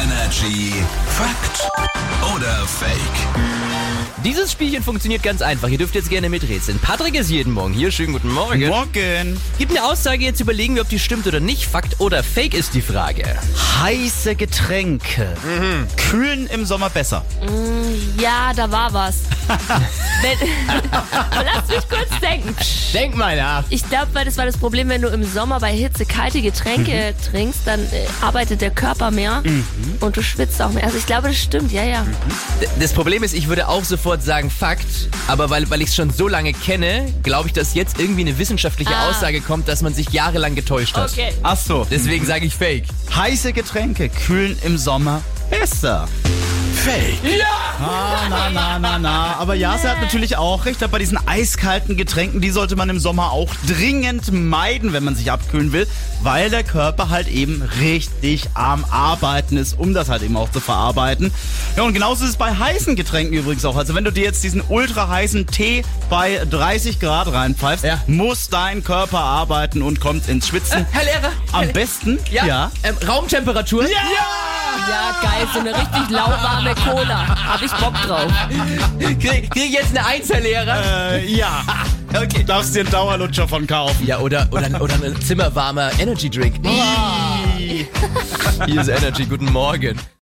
Energy Fakt oder Fake? Dieses Spielchen funktioniert ganz einfach. Ihr dürft jetzt gerne miträtseln. Patrick ist jeden Morgen hier. Schönen guten Morgen. Morgen. Gib eine Aussage, jetzt überlegen wir, ob die stimmt oder nicht. Fakt oder Fake ist die Frage. Heiße Getränke. Kühlen im Sommer besser. Ja, da war was. wenn, lass mich kurz denken. Denk mal nach. Ich glaube, weil das war das Problem, wenn du im Sommer bei Hitze kalte Getränke trinkst, dann äh, arbeitet der Körper mehr und du schwitzt auch mehr. Also ich glaube, das stimmt, ja, ja. D- Das Problem ist, ich würde auch sofort sagen Fakt, aber weil, weil ich es schon so lange kenne, glaube ich, dass jetzt irgendwie eine wissenschaftliche Ah. Aussage kommt, dass man sich jahrelang getäuscht hat. Okay. Ach so. Deswegen sage ich Fake. Heiße Getränke kühlen im Sommer besser. Fake. Ah, na, na, na, na. Aber ja, sie hat natürlich auch recht. Bei diesen eiskalten Getränken, die sollte man im Sommer auch dringend meiden, wenn man sich abkühlen will, weil der Körper halt eben richtig am Arbeiten ist, um das halt eben auch zu verarbeiten. Ja, und genauso ist es bei heißen Getränken übrigens auch. Also wenn du dir jetzt diesen ultra heißen Tee bei 30 Grad reinpfeifst, Ja. muss dein Körper arbeiten und kommt ins Schwitzen. Herr Lehrer. Am besten, Ja. Ähm, Raumtemperatur. Ja, geil, so eine richtig lauwarme Cola. Hab ich Bock drauf. Krieg, krieg ich jetzt eine Eins, Herr Lehrer. Äh, ja. Okay. Darfst dir einen Dauerlutscher von kaufen. Ja, oder, oder, oder ein zimmerwarmer Energy Drink. Hier ist Energy. Guten Morgen.